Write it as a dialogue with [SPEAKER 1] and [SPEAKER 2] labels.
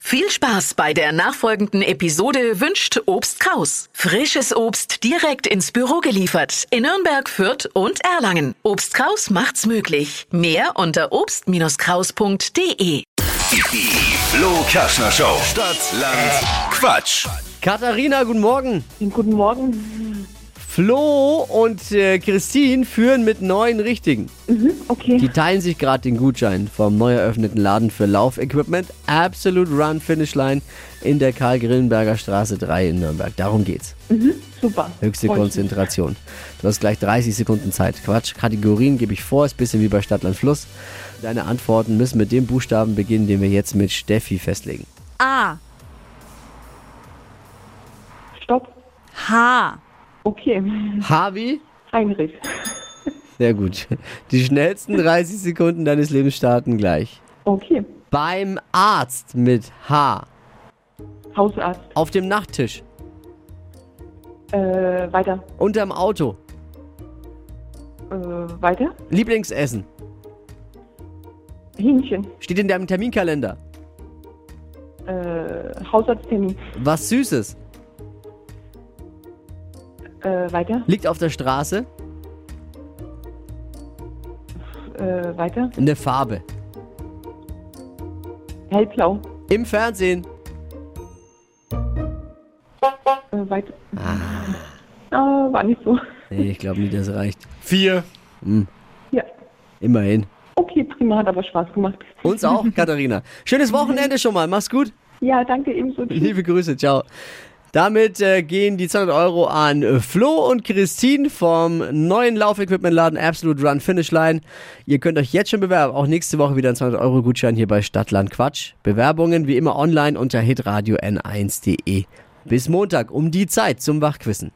[SPEAKER 1] Viel Spaß bei der nachfolgenden Episode wünscht Obst Kraus. Frisches Obst direkt ins Büro geliefert in Nürnberg, Fürth und Erlangen. Obst Kraus macht's möglich. Mehr unter obst-kraus.de.
[SPEAKER 2] Die Flo Kaschner Show. Stadt, Land, Quatsch.
[SPEAKER 3] Katharina, guten Morgen.
[SPEAKER 4] Guten Morgen.
[SPEAKER 3] Flo und äh, Christine führen mit neun Richtigen.
[SPEAKER 4] Okay.
[SPEAKER 3] Die teilen sich gerade den Gutschein vom neu eröffneten Laden für Laufequipment Absolute Run Finish Line in der Karl-Grillenberger Straße 3 in Nürnberg. Darum geht's.
[SPEAKER 4] Super.
[SPEAKER 3] Höchste
[SPEAKER 4] Freut mich.
[SPEAKER 3] Konzentration. Du hast gleich 30 Sekunden Zeit. Quatsch. Kategorien gebe ich vor. Ist ein bisschen wie bei Stadtland Fluss. Deine Antworten müssen mit dem Buchstaben beginnen, den wir jetzt mit Steffi festlegen.
[SPEAKER 5] A.
[SPEAKER 4] Stopp.
[SPEAKER 5] H.
[SPEAKER 4] Okay.
[SPEAKER 3] Harvey?
[SPEAKER 4] Heinrich.
[SPEAKER 3] Sehr gut. Die schnellsten 30 Sekunden deines Lebens starten gleich.
[SPEAKER 4] Okay.
[SPEAKER 3] Beim Arzt mit H.
[SPEAKER 4] Hausarzt.
[SPEAKER 3] Auf dem Nachttisch.
[SPEAKER 4] Äh, weiter.
[SPEAKER 3] Unterm Auto.
[SPEAKER 4] Äh, weiter.
[SPEAKER 3] Lieblingsessen.
[SPEAKER 4] Hähnchen.
[SPEAKER 3] Steht in deinem Terminkalender.
[SPEAKER 4] Äh, Hausarzttermin.
[SPEAKER 3] Was Süßes.
[SPEAKER 4] Äh, weiter.
[SPEAKER 3] Liegt auf der Straße.
[SPEAKER 4] Äh, weiter.
[SPEAKER 3] Eine Farbe.
[SPEAKER 4] Hellblau.
[SPEAKER 3] Im Fernsehen.
[SPEAKER 4] Äh, weiter. Ah, war nicht so.
[SPEAKER 3] Nee, ich glaube nicht, das reicht.
[SPEAKER 6] Vier.
[SPEAKER 4] Ja.
[SPEAKER 3] Immerhin.
[SPEAKER 4] Okay, prima, hat aber Spaß gemacht.
[SPEAKER 3] Uns auch, Katharina. Schönes Wochenende schon mal. Mach's gut.
[SPEAKER 4] Ja, danke ebenso. Tschüss.
[SPEAKER 3] Liebe Grüße. Ciao. Damit äh, gehen die 200 Euro an äh, Flo und Christine vom neuen Laufequipmentladen Absolute Run Finish Line. Ihr könnt euch jetzt schon bewerben. Auch nächste Woche wieder ein 200 Euro Gutschein hier bei Stadtland Quatsch. Bewerbungen wie immer online unter hitradio n1.de. Bis Montag um die Zeit zum Wachquissen.